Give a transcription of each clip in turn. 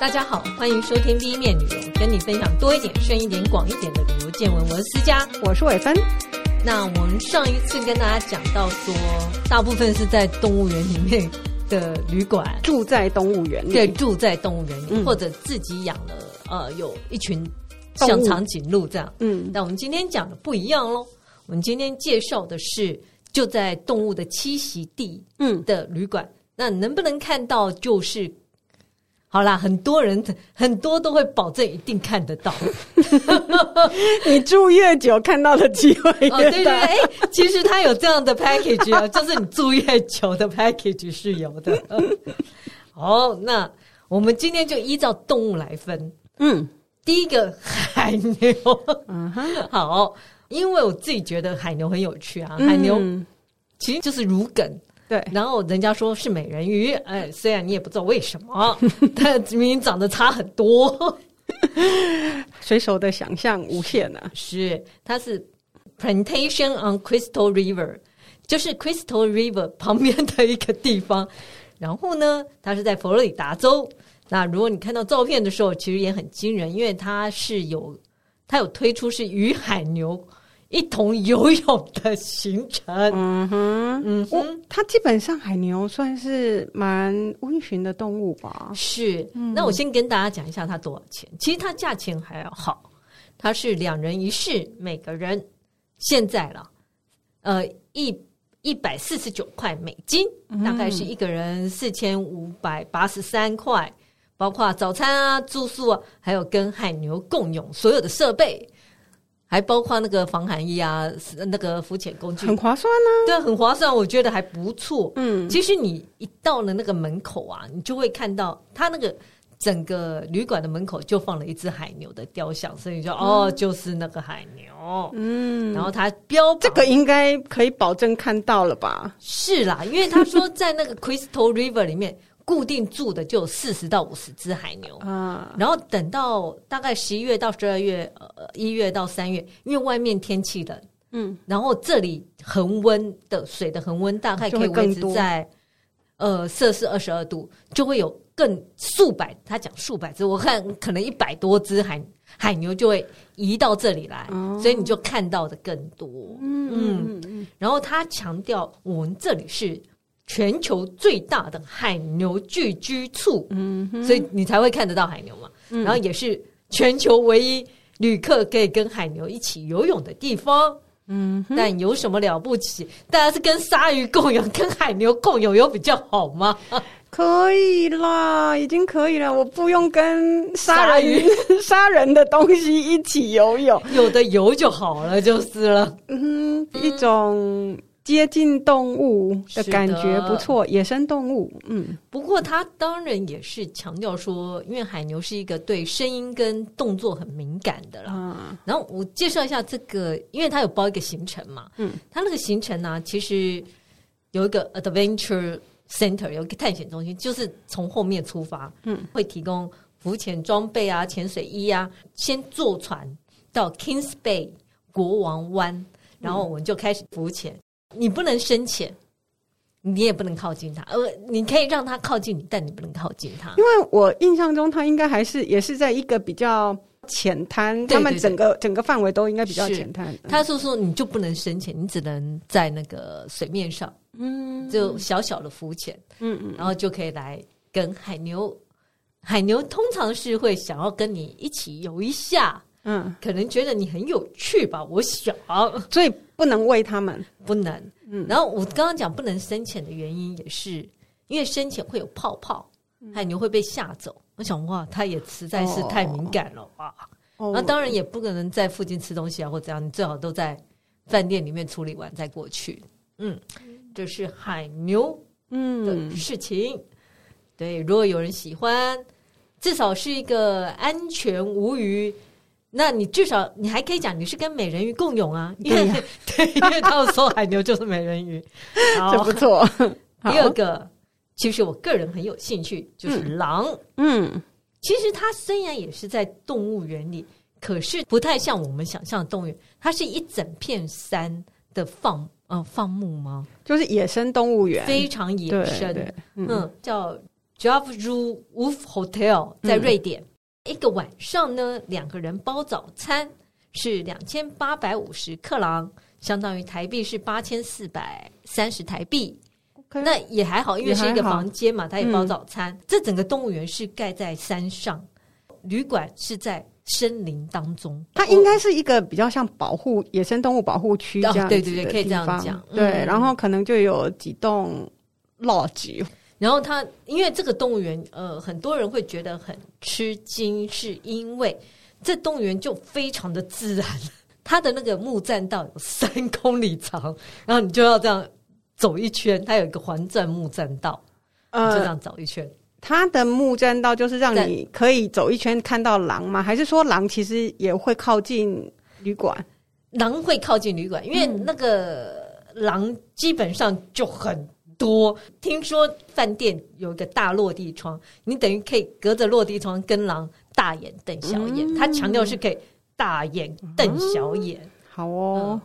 大家好，欢迎收听第一面旅游，跟你分享多一点、深一点、广一点的旅游见闻。我是思佳。我是伟芬，那我们上一次跟大家讲到说，大部分是在动物园里面的旅馆，住在动物园里。对，住在动物园里，嗯或者自己养了呃有一群动物像长颈鹿这样。嗯，那我们今天讲的不一样喽，我们今天介绍的是就在动物的栖息地嗯，的旅馆，那能不能看到就是。好啦，很多人很多都会保证一定看 得到 你住越久，看到的机会越哦，大。对对对，哎、其实它有这样的 package 啊，就是你住越久的 package 是有的。 好，那我们今天就依照动物来分，嗯第一个海牛，嗯哈， 好，因为我自己觉得海牛很有趣啊，海牛嗯其实就是乳梗，对，然后人家说是美人鱼，哎，虽然你也不知道为什么， 但明明长得差很多。 水手的想象无限啊。是，它是 Plantation on Crystal River，就是 Crystal River 旁边的一个地方。然后呢，它是在佛罗里达州。那如果你看到照片的时候，其实也很惊人，因为它是有它有推出是与海牛一同游泳的行程。嗯哼，嗯哼。我它基本上海牛算是蛮温驯的动物吧。是，那我先跟大家讲一下它多少钱。其实它价钱还要好，它是两人一室，每个人现在了，呃，一一百四十九块美金，大概是一个人四千五百八十三块，包括早餐啊、住宿啊，还有跟海牛共用所有的设备，还包括那个防寒衣啊、那个浮潜工具啊很，划算啊呢、对，很划算，我觉得还不错。嗯，其实你一到了那个门口啊，你就会看到它那个整个旅馆的门口就放了一只海牛的雕像，所以就哦，嗯就是那个海牛。嗯，然后它标榜这个应该可以保证看到了吧？是啦，因为他说在那个 Crystal River 里面固定住的就有四十到五十只海牛。啊，然后等到大概十一月到十二月，呃，一月到三月，因为外面天气冷，嗯，然后这里恒温的水的恒温大概可以就会维更持多在呃摄氏二十二度，就会有更数百，他讲数百只，我看可能一百多只海海牛就会移到这里来，哦所以你就看到的更多。嗯嗯嗯然后他强调，我们这里是全球最大的海牛聚居处，嗯哼，嗯所以你才会看得到海牛嘛。然后也是全球唯一旅客可以跟海牛一起游泳的地方。嗯哼，但有什么了不起？大家是跟鲨鱼共泳，跟海牛共泳有比较好吗？可以啦，已经可以了，我不用跟杀鲨鱼人 杀人的东西一起游泳。有的游就好了，就是了。嗯，一种接近动物的感是觉的不错，野生动物，嗯不过他当然也是强调说，因为海牛是一个对声音跟动作很敏感的啦。啊，然后我介绍一下这个，因为它有包一个行程嘛，嗯，它那个行程呢、其实有一个 adventure center，有一个探险中心，就是从后面出发，嗯，会提供浮潜装备啊、潜水衣啊，先坐船到 Kings Bay 国王嗯湾，然后我们就开始浮潜。你不能深潜，你也不能靠近它，呃，你可以让它靠近你，但你不能靠近它因。为我印象中它应该还是也是在一个比较浅滩，对他们对整个整个范围都应该比较是浅滩，他是说你就不能深潜，你只能在那个水面上。嗯就小小的浮潜，嗯嗯然后就可以来跟海牛。海牛通常是会想要跟你一起游一下，嗯，可能觉得你很有趣吧，我想所以不能喂它们，不能。嗯然后我刚刚讲不能深潜的原因也是因为深潜会有泡泡，嗯海牛会被吓走。我想哇，它也实在是太敏感了吧。哦那、当然也不可能在附近吃东西啊，或怎样，你最好都在饭店里面处理完再过去。嗯，这是海牛嗯的事情。对，如果有人喜欢，至少是一个安全无虞。那你至少你还可以讲你是跟美人鱼共泳啊，因为、对 对，因为到时候海牛就是美人鱼。 这好不，错，好第二个，其实我个人很有兴趣，就是狼。 嗯其实它虽然也是在动物园里，可是不太像我们想象的动物园，它是一整片山的放呃放牧吗？就是野生动物园，非常野对生。对，嗯嗯，叫 j o v Ru Wolf Hotel 嗯在瑞典。一个晚上呢，两个人包早餐是两千八百五十克朗，相当于台币是八千四百三十台币。 OK，那也还好，因为哎也是一个还好房间嘛，它也嗯包早餐。这整个动物园是盖在山上，旅馆是在森林当中。它应该是一个比较像保护野生动物保护区这哦样子对的对对可以这样地方讲嗯对，然后可能就有几栋 lodge，然后它因为这个动物园，呃，很多人会觉得很吃惊，是因为这动物园就非常的自然，它的那个木栈道有三公里长，然后你就要这样走一圈，它有一个环转木栈道，你就这呃，样走一圈。它的木栈道就是让你可以走一圈看到狼吗？还是说狼其实也会靠近旅馆？狼会靠近旅馆，因为那嗯个狼基本上就很多。听说饭店有一个大落地窗，你等于可以隔着落地窗跟狼大眼瞪小眼。嗯他强调是可以大眼瞪小眼。好哦，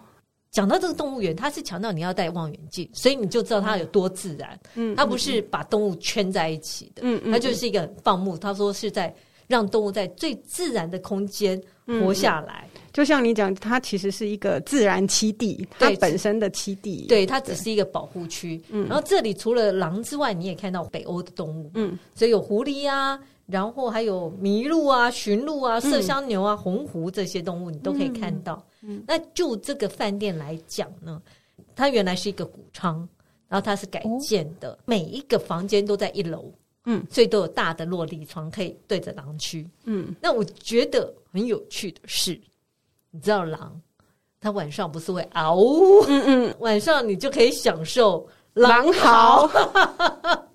讲到这个动物园，它是强调你要戴望远镜，所以你就知道它有多自然。嗯，它不是把动物圈在一起的，嗯嗯，它就是一个很放牧。他说是在让动物在最自然的空间嗯活下来。就像你讲，它其实是一个自然栖地，它对本身的栖地，，对，它只是一个保护区。然后这里除了狼之外，你也看到北欧的动物，嗯，所以有狐狸啊，然后还有麋鹿啊、驯鹿啊、麝香牛啊、红狐这些动物，你都可以看到。那就这个饭店来讲呢，它原来是一个谷仓，然后它是改建的，每一个房间都在一楼，哦嗯，所以都有大的落地窗可以对着狼区。嗯，那我觉得很有趣的是，你知道狼，它晚上不是会嗷呜？嗯嗯，晚上你就可以享受狼， 狼嚎，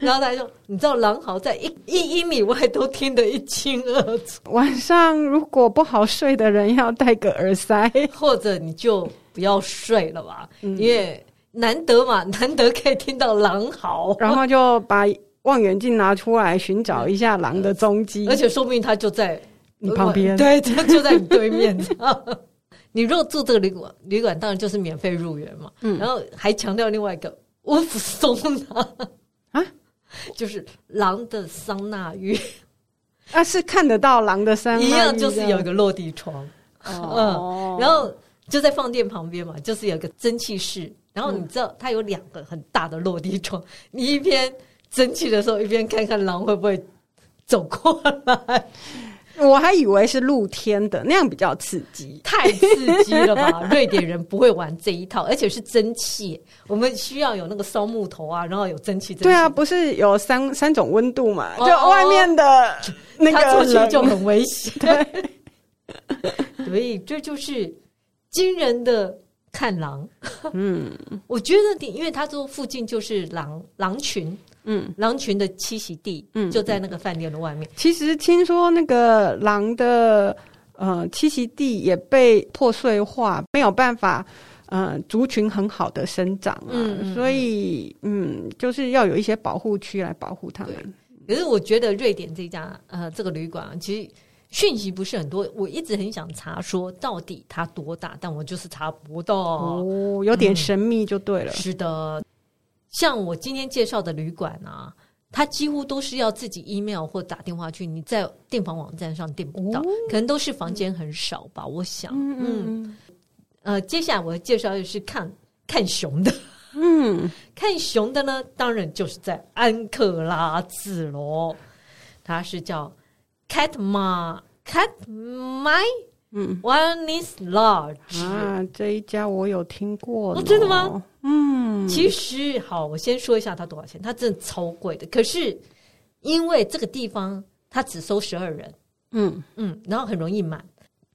然后他就你知道狼嚎在一一英里外都听得一清二楚， 晚上如果不好睡的人要戴个耳塞，或者你就不要睡了吧，哎嗯因为难得嘛，难得可以听到狼嚎， 然后就把望远镜拿出来寻找一下狼的踪迹，而且说不定它就在你旁边，对，它就在你对面。 你如果住这个旅馆，旅馆当然就是免费入园嘛，嗯然后还强调另外一个乌普松纳啊，就是狼的桑拿浴，啊，是看得到狼的身，一样就是有一个落地窗。啊嗯哦，然后就在放电旁边嘛，就是有个蒸汽室，然后你嗯知道它有两个很大的落地窗，你一边蒸汽的时候，一边看看狼会不会走过来，我还以为是露天的，那样比较刺激。太刺激了吧！ 瑞典人不会玩这一套，而且是蒸汽，我们需要有那个烧木头啊，然后有蒸汽，蒸汽对啊，，不是有三三种温度嘛？哦就外面的那他个出去冷就很危险。 对，这就是惊人的看狼。嗯， 我觉得你，因为他说附近就是狼狼群，嗯，狼群的栖息地，嗯就在那个饭店的外面。其实听说那个狼的呃栖息地也被破碎化，没有办法呃族群很好的生长啊，嗯嗯所以嗯，就是要有一些保护区来保护它们。可是我觉得瑞典这家呃这个旅馆啊，其实讯息不是很多，我一直很想查说到底它多大，但我就是查不到。哦，有点神秘就对了。是的，像我今天介绍的旅馆啊，它几乎都是要自己 email 或打电话去，你在订房网站上订不到，哦可能都是房间很少吧。我想，嗯嗯呃，接下来我要介绍的是看看熊的，嗯嗯，看熊的呢，当然就是在安克拉治喽，它是叫 Katma Katmai 嗯 Wellness Lodge。啊，这一家我有听过、哦真的吗？嗯，其实好，我先说一下它多少钱，它真的超贵的。可是因为这个地方它只收十二人，嗯，嗯，然后很容易满，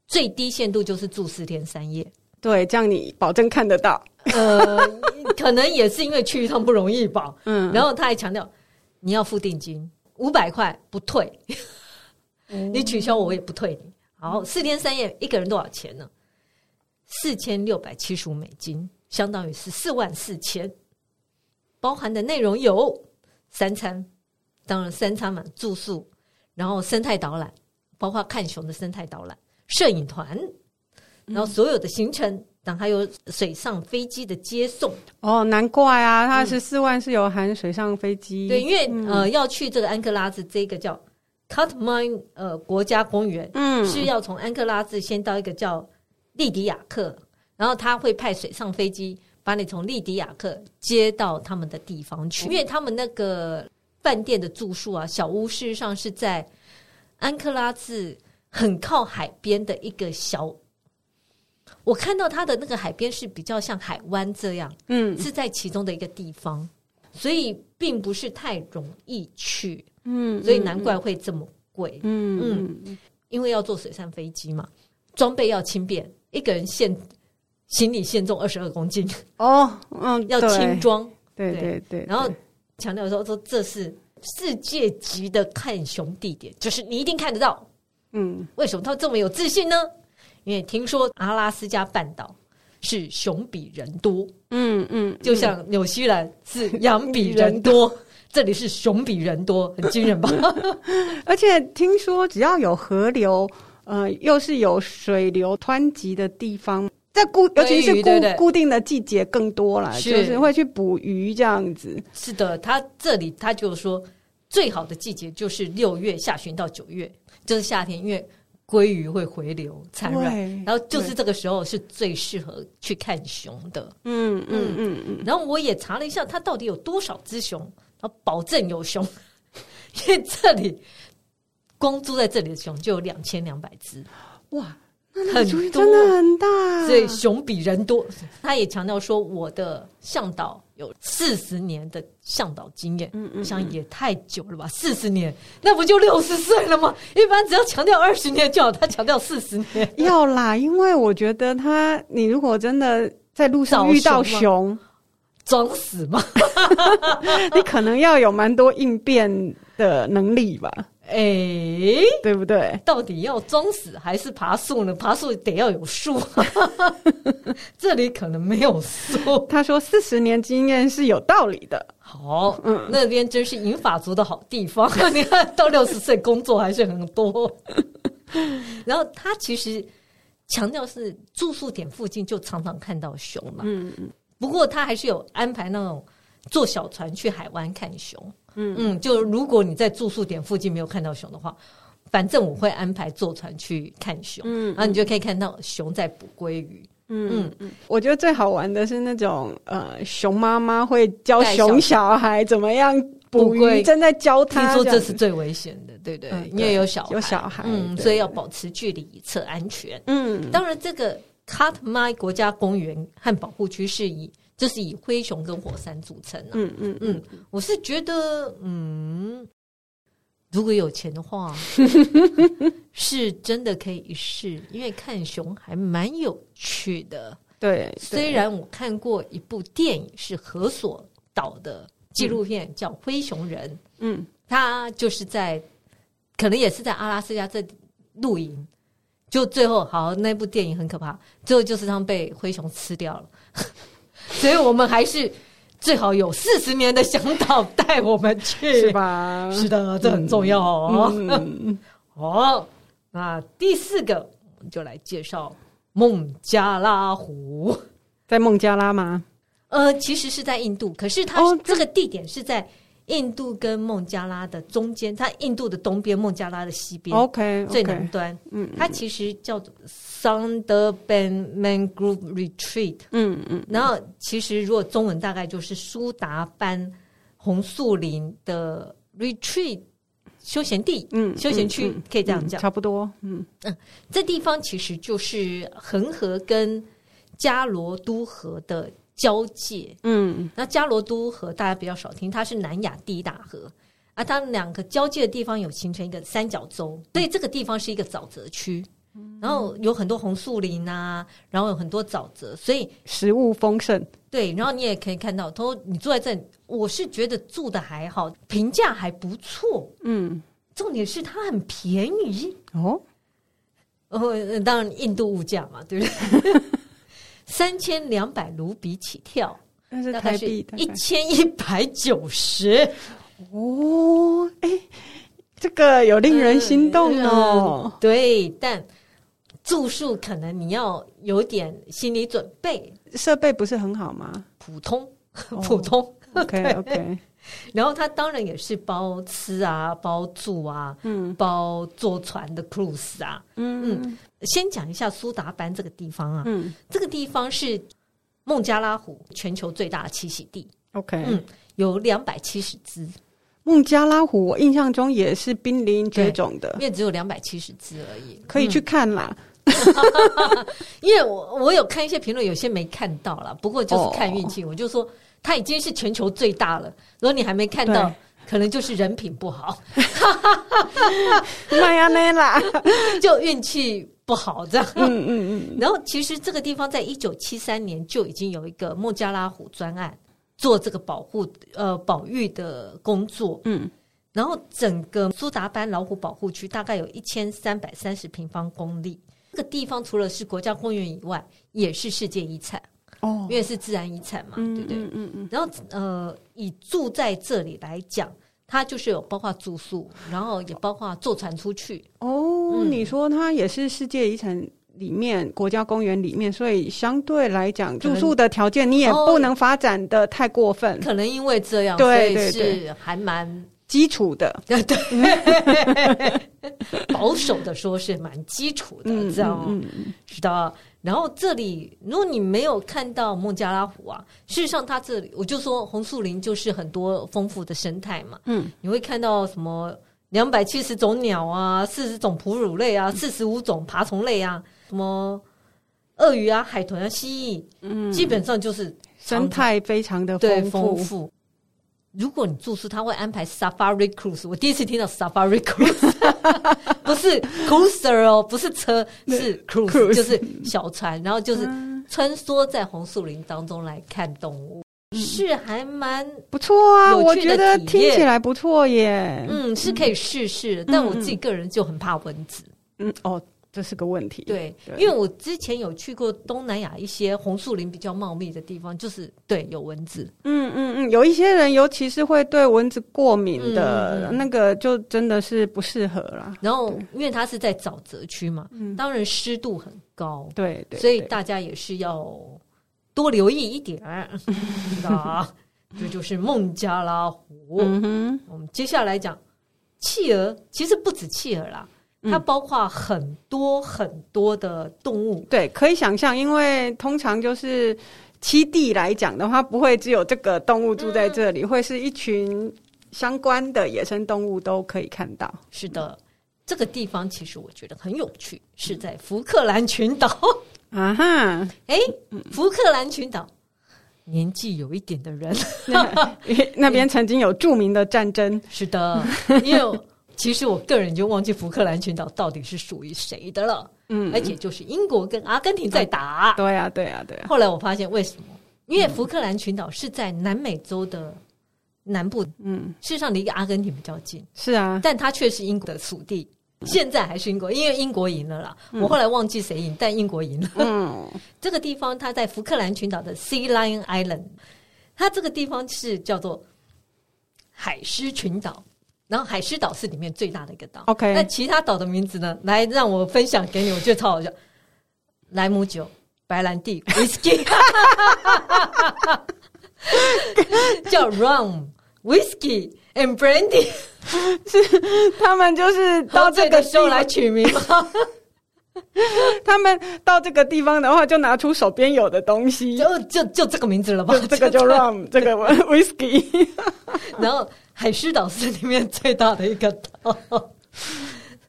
最低限度就是住四天三夜。对，这样你保证看得到。呃，可能也是因为去一趟不容易吧。嗯，然后他还强调，你要付定金五百块不退，哦你取消我也不退你。好，四天三夜一个人多少钱呢？四千六百七十五美金，相当于十四万四千。包含的内容有三餐，当然三餐嘛，住宿，然后生态导览，嗯包括看熊的生态导览、摄影团，然后所有的行程然后还有水上飞机的接送。哦，难怪啊，它十四万是有含水上飞嗯机，对，因为、呃要去这个安克拉治这个叫 c u t m i n e 呃国家公园，嗯，是要从安克拉治先到一个叫利迪亚克，然后他会派水上飞机把你从利迪亚克接到他们的地方去，因为他们那个饭店的住宿啊，小屋事实上是在安克拉治很靠海边的一个小。我看到它的那个海边是比较像海湾这样，嗯是在其中的一个地方，所以并不是太容易去，嗯，所以难怪会这么贵。嗯嗯因为要坐水上飞机嘛，装备要轻便，一个人限行李限重二十二公斤，哦嗯，要对轻装。对对对对，然后对强调说说这是世界级的看熊地点，就是你一定看得到。嗯为什么他这么有自信呢？因为听说阿拉斯加半岛是熊比人多，嗯嗯，就像纽西兰是羊比人多， 这里是熊比人多，很惊人吧？ 而且听说只要有河流，呃，又是有水流湍急的地方，在固尤其是鲑鱼固对不对固定的季节更多啦，是就是会去捕鱼这样子。是的，他这里他就说，最好的季节就是六月下旬到九月，就是夏天，因为鲑鱼会回流产卵，对，然后就是这个时候是最适合去看熊的。嗯嗯嗯嗯，然后我也查了一下，它到底有多少只熊，然后保证有熊， 因为这里光住在这里的熊就有两千两百只，哇，很注意多哎真的很大，所以熊比人多。嗯他也强调说，我的向导有四十年的向导经验，嗯我嗯，想也太久了吧，四十年，那不就六十岁了吗？一般只要强调二十年就好，他强调四十年。 要啦，因为我觉得它，你如果真的。在路上找遇到熊吗熊，装死吗？ 你可能要有蛮多应变的能力吧，哎、对不对？到底要装死还是爬树呢？爬树得要有树， 这里可能没有树。他说四十年经验是有道理的，好，嗯那边真是银发族的好地方。 你看到六十岁工作还是很多。 然后他其实强调是住宿点附近就常常看到熊嘛，嗯不过他还是有安排那种坐小船去海湾看熊。嗯嗯，就如果你在住宿点附近没有看到熊的话，反正我会安排坐船去看熊，嗯然后你就可以看到熊在捕鲑鱼。嗯，我觉得最好玩的是那种呃，熊妈妈会教带小熊小孩怎么样捕捕龟鱼，正在教听他。说这样是子最危险的，对不对？嗯因为有小孩有小孩，嗯，对所以要保持距离以测安全。嗯当然，这个 Cut My 国家公园和保护区是以就是以灰熊跟火山组成啊。嗯嗯嗯，嗯，我是觉得，嗯，如果有钱的话，是真的可以一试，因为看熊还蛮有趣的。对，对虽然我看过一部电影是何所导的纪录片，叫《灰熊人》，嗯他就是在可能也是在阿拉斯加这露营，就最后好那部电影很可怕，最后就是他们被灰熊吃掉了， 所以我们还是最好有四十年的向导带我们去，是？吧？是的，这很重要哦。嗯，哦，那第四个我们就来介绍孟加拉湖。在孟加拉吗？呃，其实是在印度，可是它哦这个地点是在印度跟孟加拉的中间，它印度的东边，孟加拉的西 边 OK 最南哦 OK，端。嗯它其实叫做 Sunderban Mangrove Retreat，嗯嗯然后其实如果中文大概就是苏达班红树林的 Retreat 休闲地。嗯，休闲区嗯嗯可以这样讲嗯差不多。嗯这地方其实就是恒河跟加罗都河的交界，嗯那加罗都河大家比较少听，它是南亚第一大河啊，它两个交界的地方有形成一个三角洲，所以这个地方是一个沼泽区，然后有很多红树林啊，然后有很多沼泽，所以食物丰盛，对，然后你也可以看到，他说你住在这里，我是觉得住的还好，评价还不错，嗯重点是它很便宜，哦，呃，当然印度物价嘛，对不对？三千两百卢比起跳，那是大台概是币大概一千一百九十。哦，哎，这个有令人心动嗯哦。对，但住宿可能你要有点心理准备，设备不是很好吗普通哦 普通。 ？OK OK，然后它当然也是包吃啊，包住啊，嗯包坐船的 cruise 啊。嗯先讲一下苏达班这个地方啊，嗯这个地方是孟加拉虎全球最大的栖息地， ，OK。嗯有两百七十只，孟加拉虎，我印象中也是濒临绝种的因，为只有两百七十只而已，可以嗯去看啦。因为我我有看一些评论，有些没看到啦，不过就是看运哦气。我就说它已经是全球最大了，如果你还没看到对，可能就是人品不好， 迈阿密啊啦，就运气不好这样。嗯嗯嗯，然后其实这个地方在一九七三年就已经有一个孟加拉虎专案做这个保护呃保育的工作，嗯，然后整个苏达班老虎保护区大概有一千三百三十平方公里。这个地方除了是国家公园以外，也是世界遗产，哦因，为是自然遗产嘛，嗯对不对？嗯嗯嗯，然后呃，以住在这里来讲，它就是有包括住宿，然后也包括坐船出去，哦，嗯你说它也是世界遗产里面国家公园里面，所以相对来讲可住能宿的条件你也哦不能发展的太过分，可能因为这样，所嗯对以对是还蛮基础的，对保守的说是蛮基础的，嗯这样哦、嗯嗯是的。然后这里，如果你没有看到孟加拉湖啊，事实上它这里，我就说红树林就是很多丰富的生态嘛，嗯，你会看到什么两百七十种鸟啊，四十种哺乳类啊，嗯四十五种爬虫类啊，什么鳄鱼啊、海豚啊、蜥蜴，嗯，基本上就是生态非常的对丰丰富，富。如果你住宿，他会安排 Safari Cruise。我第一次听到 Safari Cruise，不是 cruiser 哦，不是车，是 cruise，, cruise 就是小船，然后就是嗯穿梭在红树林当中来看动物，嗯是还蛮不错啊，有我趣的觉得体听验起来不错耶，嗯是可以试试的。但我自己个人就很怕蚊子，嗯，哦，这是个问题，，对，对因为我之前有去过东南亚一些红树林比较茂密的地方，就是对有蚊子，嗯嗯嗯，有一些人尤其是会对蚊子过敏的，嗯嗯那个就真的是不适合啦，然后因为它是在沼泽区嘛，嗯当然湿度很高，对对，所以对大家也是要多留意一点儿，知道 啊？这就是孟加拉湖。嗯哼，我们接下来讲企鹅，其实不止企鹅啦，嗯它包括很多很多的动物。对，可以想象，因为通常就是栖地来讲的话，不会只有这个动物住在这里，会是一群相关的野生动物都可以看到。是的，这个地方其实我觉得很有趣，是在福克兰群岛。啊哈，哎，嗯福克兰群岛，年纪有一点的人，那 那边曾经有著名的战争，是 的，因为我其实我个人就忘记福克兰群岛到底是属于谁的了。嗯，而且就是英国跟阿根廷在打。对啊，对啊，对啊，后来我发现为什么？因为福克兰群岛是在南美洲的南部，嗯，事实上离阿根廷比较近，是啊，但它却是英国的属地。现在还是英国，因为英国赢了啦。我后来忘记谁赢，但英国赢了。嗯，这个地方它在福克兰群岛的 Sea Lion Island，它这个地方是叫做海狮群岛，然后海狮岛是里面最大的一个岛。 OK 那其他岛的名字呢？来让我分享给你，我觉得超好笑。莱姆酒、白兰地、Whisky，叫 Rum、Whisky and Brandy， 他们就是到到这这哦个个时时候候来来，取名吗？他们到这个地方的话，就拿出手边有的东 西，就就就这个名字了吧就？这个就 rum，这个 whisky， 然后海狮岛是里面最大的一个岛，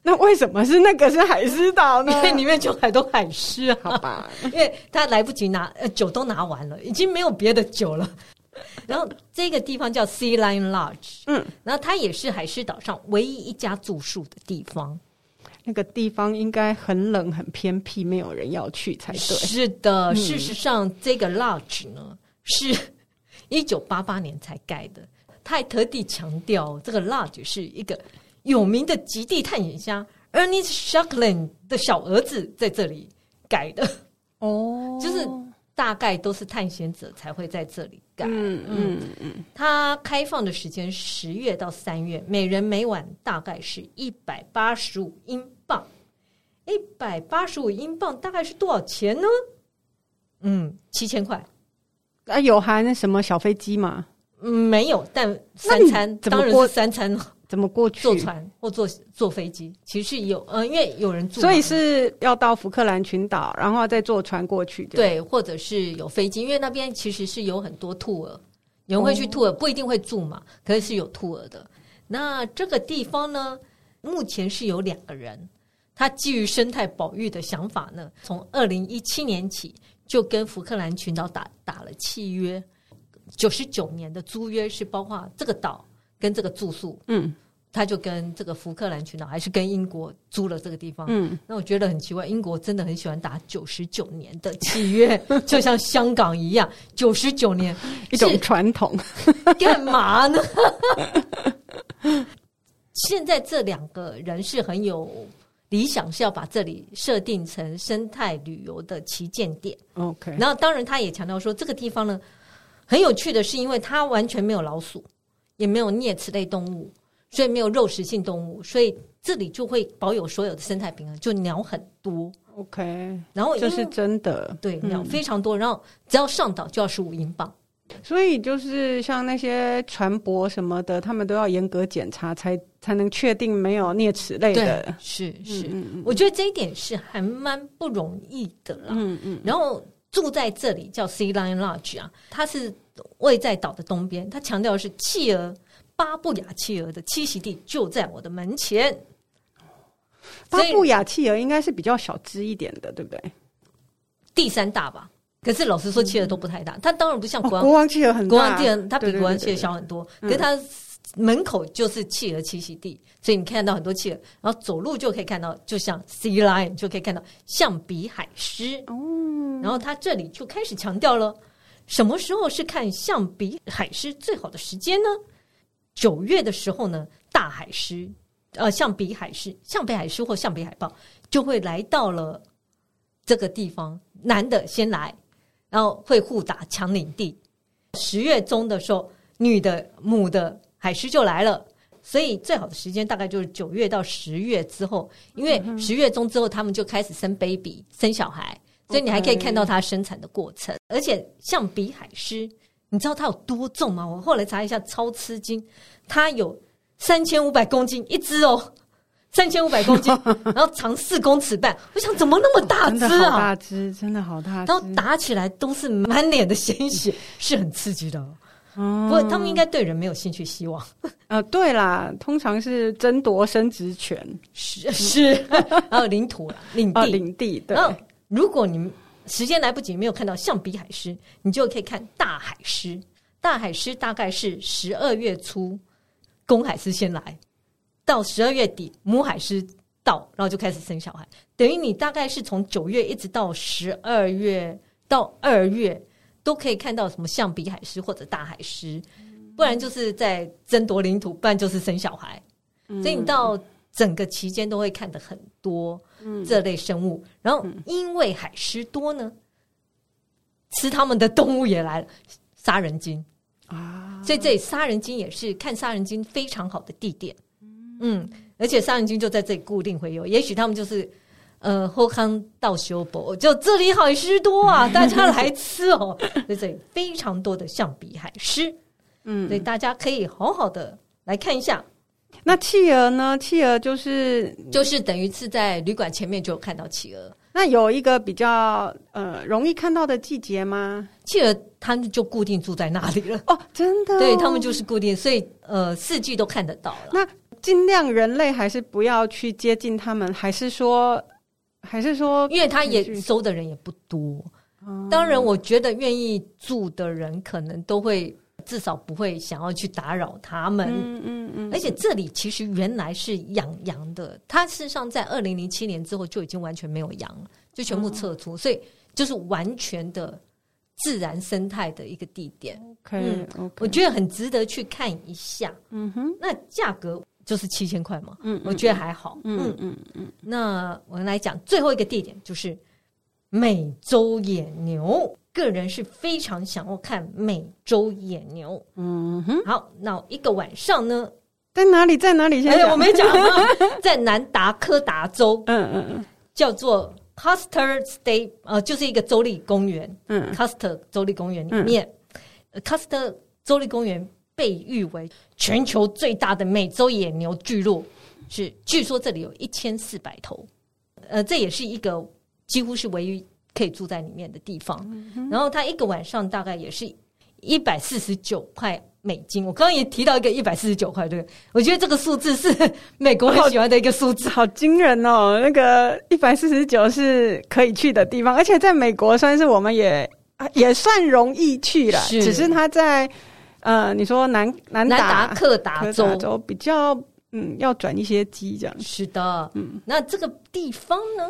那为什么是那个是海狮岛呢 因？为里面就很多海狮啊， 好吧，因为他来不及拿呃酒都拿完了，已经没有别的酒了。 然后这个地方叫 Sea Lion Lodge，嗯，然后它也是海狮岛上唯一一家住宿的地方。那个地方应该很冷、很偏僻，没有人要去才哎对。嗯是的，事实上这个 lodge 呢是一九八八年才盖的，他还特地强调这个 lodge 是一个有名的极地探险家 Ernest Shackland 的小儿子在这里盖的，哦就是大概都是探险者才会在这里盖。嗯嗯嗯，它开放的时间十月到三月，每人每晚大概是一百八十五英镑，一百八十五英镑大概是多少钱呢？嗯，七千块。啊，有含什么小飞机吗？嗯，没有，但三你餐怎么当然过是三餐了，怎么过去？坐船或坐坐飞机，其实有呃，因为有人住嘛，所以是要到福克兰群岛，然后再坐船过去。这样，对，或者是有飞机，因为那边其实是有很多兔儿，有人会去兔儿，不一定会住嘛，可是是有兔儿的。那这个地方呢，目前是有两个人，他基于生态保育的想法呢，从二零一七年起就跟福克兰群岛打打了契约，九十九年的租约是包括这个岛跟这个住宿，嗯他就跟这个福克兰群岛还是跟英国租了这个地方，嗯，那我觉得很奇怪，英国真的很喜欢打九十九年的契约， 就像香港一样，九十九年一种传统。是干嘛呢？ 现在这两个人是很有理想，是要把这里设定成生态旅游的旗舰点。 OK，然后，当然他也强调说，这个地方呢很有趣的是，因为它完全没有老鼠，也没有啮齿类动物，所以没有肉食性动物，所以这里就会保有所有的生态平衡，就鸟很多。 OK，然后因这为是真的。对嗯鸟非常多，然后只要上岛就要十五英镑。所以就是像那些船舶什么的，他们都要严格检查才，才能确定没有啮齿类的。是是，嗯我觉得这一点是还蛮不容易的啦。嗯嗯然后住在这里叫 Sea Lion Lodge 啊，它是位在岛的东边，它强调的是企鹅巴布亚企鹅的栖息地就在我的门前。巴所以布亚企鹅应该是比较小只一点的，对不对？第三大吧，可是老实说，企鹅都不太大，它当然不像哦国王国王企鹅很大，国王企鹅它比对对国王对企鹅对小很多，可是它门口就是企鹅栖息地，所以你看到很多企鹅，然后走路就可以看到，就像 sea lion 就可以看到象鼻海狮。哦然后它这里就开始强调了，什么时候是看象鼻海狮最好的时间呢？九月的时候呢，大海狮，呃，象鼻海狮、象北海狮或象鼻海豹就会来到了这个地方，男的先来，然后会互打抢领地。十月中的时候，女的母的海狮就来了，所以最好的时间大概就是九月到十月之后，因为十月中之后他们就开始生 baby 生小孩，所以你还可以 OK 看到它生产的过程。而且象鼻海狮，你知道它有多重吗？我后来查一下，超吃惊，它有三千五百公斤一只哦。三千五百 公斤，然后长四公尺半，我想怎么那么大真只的好啊？大只，真的好大只。然后打起来都是满脸的鲜血，嗯是很刺激的哦。不过他们应该对人没有兴趣，希望呃，对啦，通常是争夺生殖权是 是，还有领土啦，领啊、地。哦领地，对然，后嗯如果你时间来不及没有看到象鼻海狮，你就可以看大海狮。大海狮大概是十二月初，公海狮先来，到十二月底母海狮到，然后就开始生小孩。等于你大概是从九月一直到十二月到二月，都可以看到什么象鼻海狮或者大海狮，不然就是在争夺领土，不然就是生小孩。嗯所以你到整个期间都会看的很多嗯这类生物。然后因为海狮多呢，吃它们的动物也来了，杀人鲸。啊，所以这里杀人鲸也是看杀人鲸非常好的地点。嗯，而且杀人鲸就在这里固定回游，也许他们就是。呃，后康到修博，就这里海狮多啊，大家来吃哦。在这里非常多的象鼻海狮，嗯所以大家可以好好的来看一下。那企鹅呢？企鹅就是就是等于是在旅馆前面就有看到企鹅，那有一个比较呃容易看到的季节吗？企鹅它们就固定住在那里了，哦，真的 哦、对他们就是固定，所以呃四季都看得到了。那尽量人类还是不要去接近他们，还是说，还是说，因为它是也是收的人也不多，嗯当然我觉得愿意住的人可能都会至少不会想要去打扰他们，嗯嗯嗯，而且这里其实原来是养羊的，它事实上在二零零七年之后就已经完全没有羊了，就全哦部撤出，所以就是完全的自然生态的一个地点。可以嗯 OK，我觉得很值得去看一下。嗯哼，那价格就是七千块嘛，嗯我觉得还好。嗯，嗯嗯嗯，那我们来讲最后一个地点就是美洲野牛。个人是非常想要看美洲野牛。嗯哼，好，那一个晚上呢？在哪里？在哪里？先哎， 讲我没讲啊，在南达科达州嗯嗯嗯，叫做 Custer State，呃，就是一个州立公园嗯， ，Custer 州立公园里面、呃 Custer 州立公园被誉为全球最大的美洲野牛聚落，是据说这里有一千四百头，呃，这也是一个几乎是唯一可以住在里面的地方。然后它一个晚上大概也是一百四十九块。美金，我刚刚也提到一个一百四十九块，这个我觉得这个数字是美国很喜欢的一个数字。好惊人哦！那个一百四十九是可以去的地方，而且在美国算是我们也啊也算容易去了，是只是它在呃，你说南南南达达科达州，科州比较嗯要转一些机这样。是的，嗯，那这个地方呢，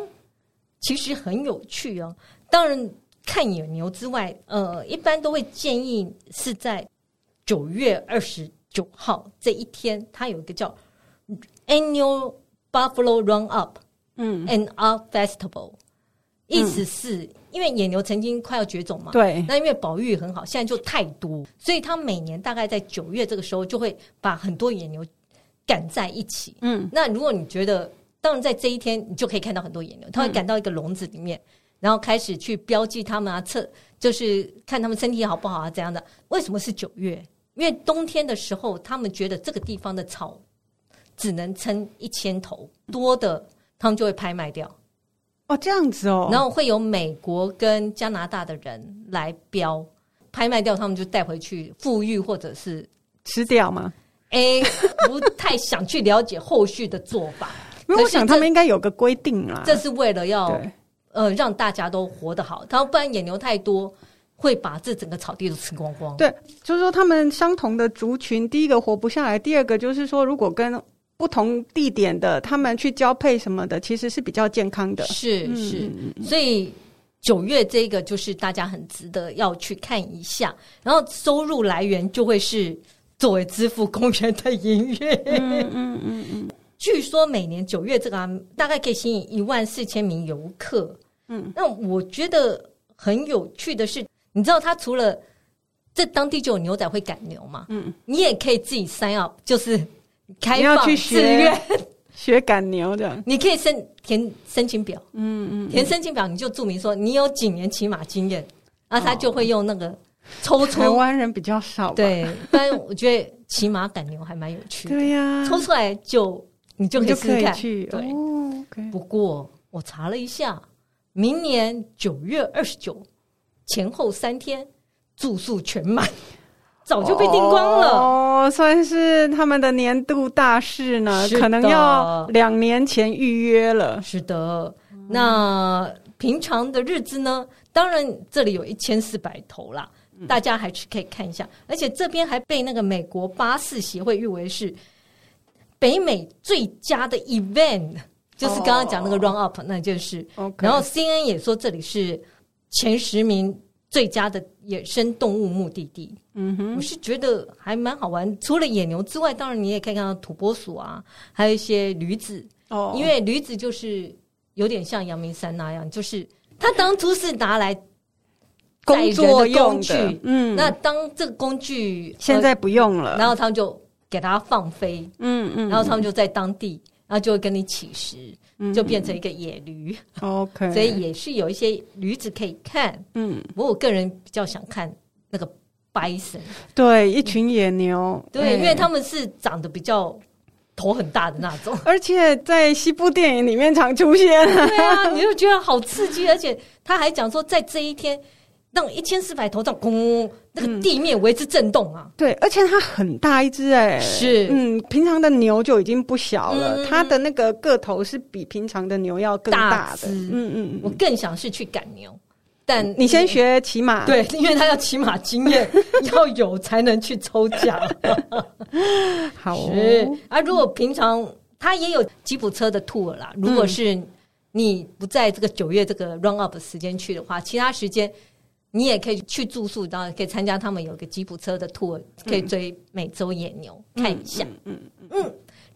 其实很有趣哦。当然，看野牛之外，呃，一般都会建议是在九月二十九号这一天，它有一个叫 Annual Buffalo Run Up 嗯， and Art Festival，、意思是因为野牛曾经快要绝种嘛，对，那因为保育很好，现在就太多，所以它每年大概在九月这个时候就会把很多野牛赶在一起。嗯，那如果你觉得，当然在这一天你就可以看到很多野牛，它会赶到一个笼子里嗯面，然后开始去标记它们啊，测就是看它们身体好不好啊，怎样的？为什么是九月？因为冬天的时候，他们觉得这个地方的草只能撑一千头，多的他们就会拍卖掉。哦这样子哦，然后会有美国跟加拿大的人来标，拍卖掉，他们就带回去富裕，或者是吃掉吗？哎 不太想去了解后续的做 法。可因为我是想这他们应该有个规定啦。这是为了要啊对，呃让大家都活得好，然后不然野牛太多会把这整个草地都吃光光。对，就是说他们相同的族群，第一个活不下来，第二个就是说，如果跟不同地点的他们去交配什么的，其实是比较健康的。是嗯是，所以九月这个就是大家很值得要去看一下，然后收入来源就会是作为支付公园的营运。嗯嗯嗯嗯。据说每年九月这个、啊、大概可以吸引一万四千名游客。嗯，那我觉得很有趣的是，你知道它除了这当地就有牛仔会赶牛嘛？嗯，你也可以自己 sign up，就是开你要放去自学愿，学赶牛的，你可以申填申请表，嗯嗯，填申请表你就注明说你有几年骑马经验，然后他就会用那个抽哦台出，湾人比较少吧。嗯对，不然我觉得骑马赶牛还蛮有趣的，对呀，抽出来就你就可以你就试试可以看，去。对。哦，OK 不过我查了一下，明年九月二十九前后三天住宿全满，早就被订光了。哦，算是他们的年度大事呢，是的可能要两年前预约了。是的，那平常的日子呢？当然，这里有一千四百头啦，嗯大家还是可以看一下。而且这边还被那个美国巴士协会誉为是北美最佳的 event，就是刚刚讲那个哦 run up，那就是。 OK，然后嗯 CNN 也说这里是前十名最佳的野生动物目的地。嗯哼，我是觉得还蛮好玩。除了野牛之外，当然你也可以看到土拨鼠啊，还有一些驴子。哦，因为驴子就是有点像阳明山那样，就是它当初是拿来，工作用载人的工具嗯，那当这个工具现、在不用呃了。然后他们就给它放飞，嗯嗯，然后他们就在当地，然后就会跟你乞食，就变嗯成一个野驴， OK，所以也是有一些驴子可以看。嗯，不过我个人比较想看那个 bison，对，一群野牛，对，因为哎。他们是长得比较头很大的那 种。而且在西部电影里面常出现，对啊，你就觉得好刺激，而且他还讲说，在这一天，让一千四百头到轰，那个地面为之震动啊！对，而且它很大一只哎、是嗯，平常的牛就已经不小了，嗯它的那个个头是比平常的牛要更大只的，嗯嗯我嗯，更想是去赶牛，但你先学骑马，，对，因为他要骑马经 验要有才能去抽奖。好、是哦，啊，如果平常他也有吉普车的 tour 啦，嗯如果是你不在这个九月这个 run up 时间去的话，其他时间。你也可以去住宿，然后可以参加他们有个吉普车的 tour，可以追美洲野牛、看一下。嗯，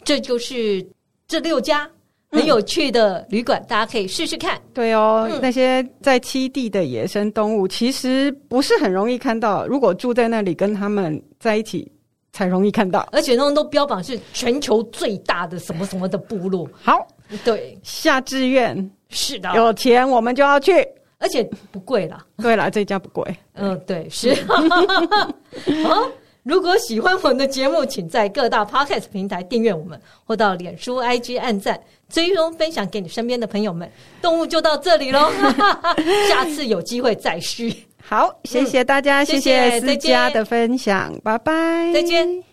这就是这六家很有趣的旅馆，大家可以试试看。对哦，嗯那些在栖地的野生动物其实不是很容易看到，如果住在那里跟他们在一起才容易看到。而且他们都标榜是全球最大的什么什么的部落，好，对，下志愿是的，有钱我们就 要去。而且不贵啦。对了，这家不贵。嗯，对，是。 好，如果喜欢我们的节目，请在各大 podcast 平台订阅我们，或到脸书、IG 按赞、追踪、分享给你身边的朋友们。动物就到这里喽， 下次有机会再续，好，谢谢大家，嗯谢谢谢再谢思见佳的分享，拜拜，再见。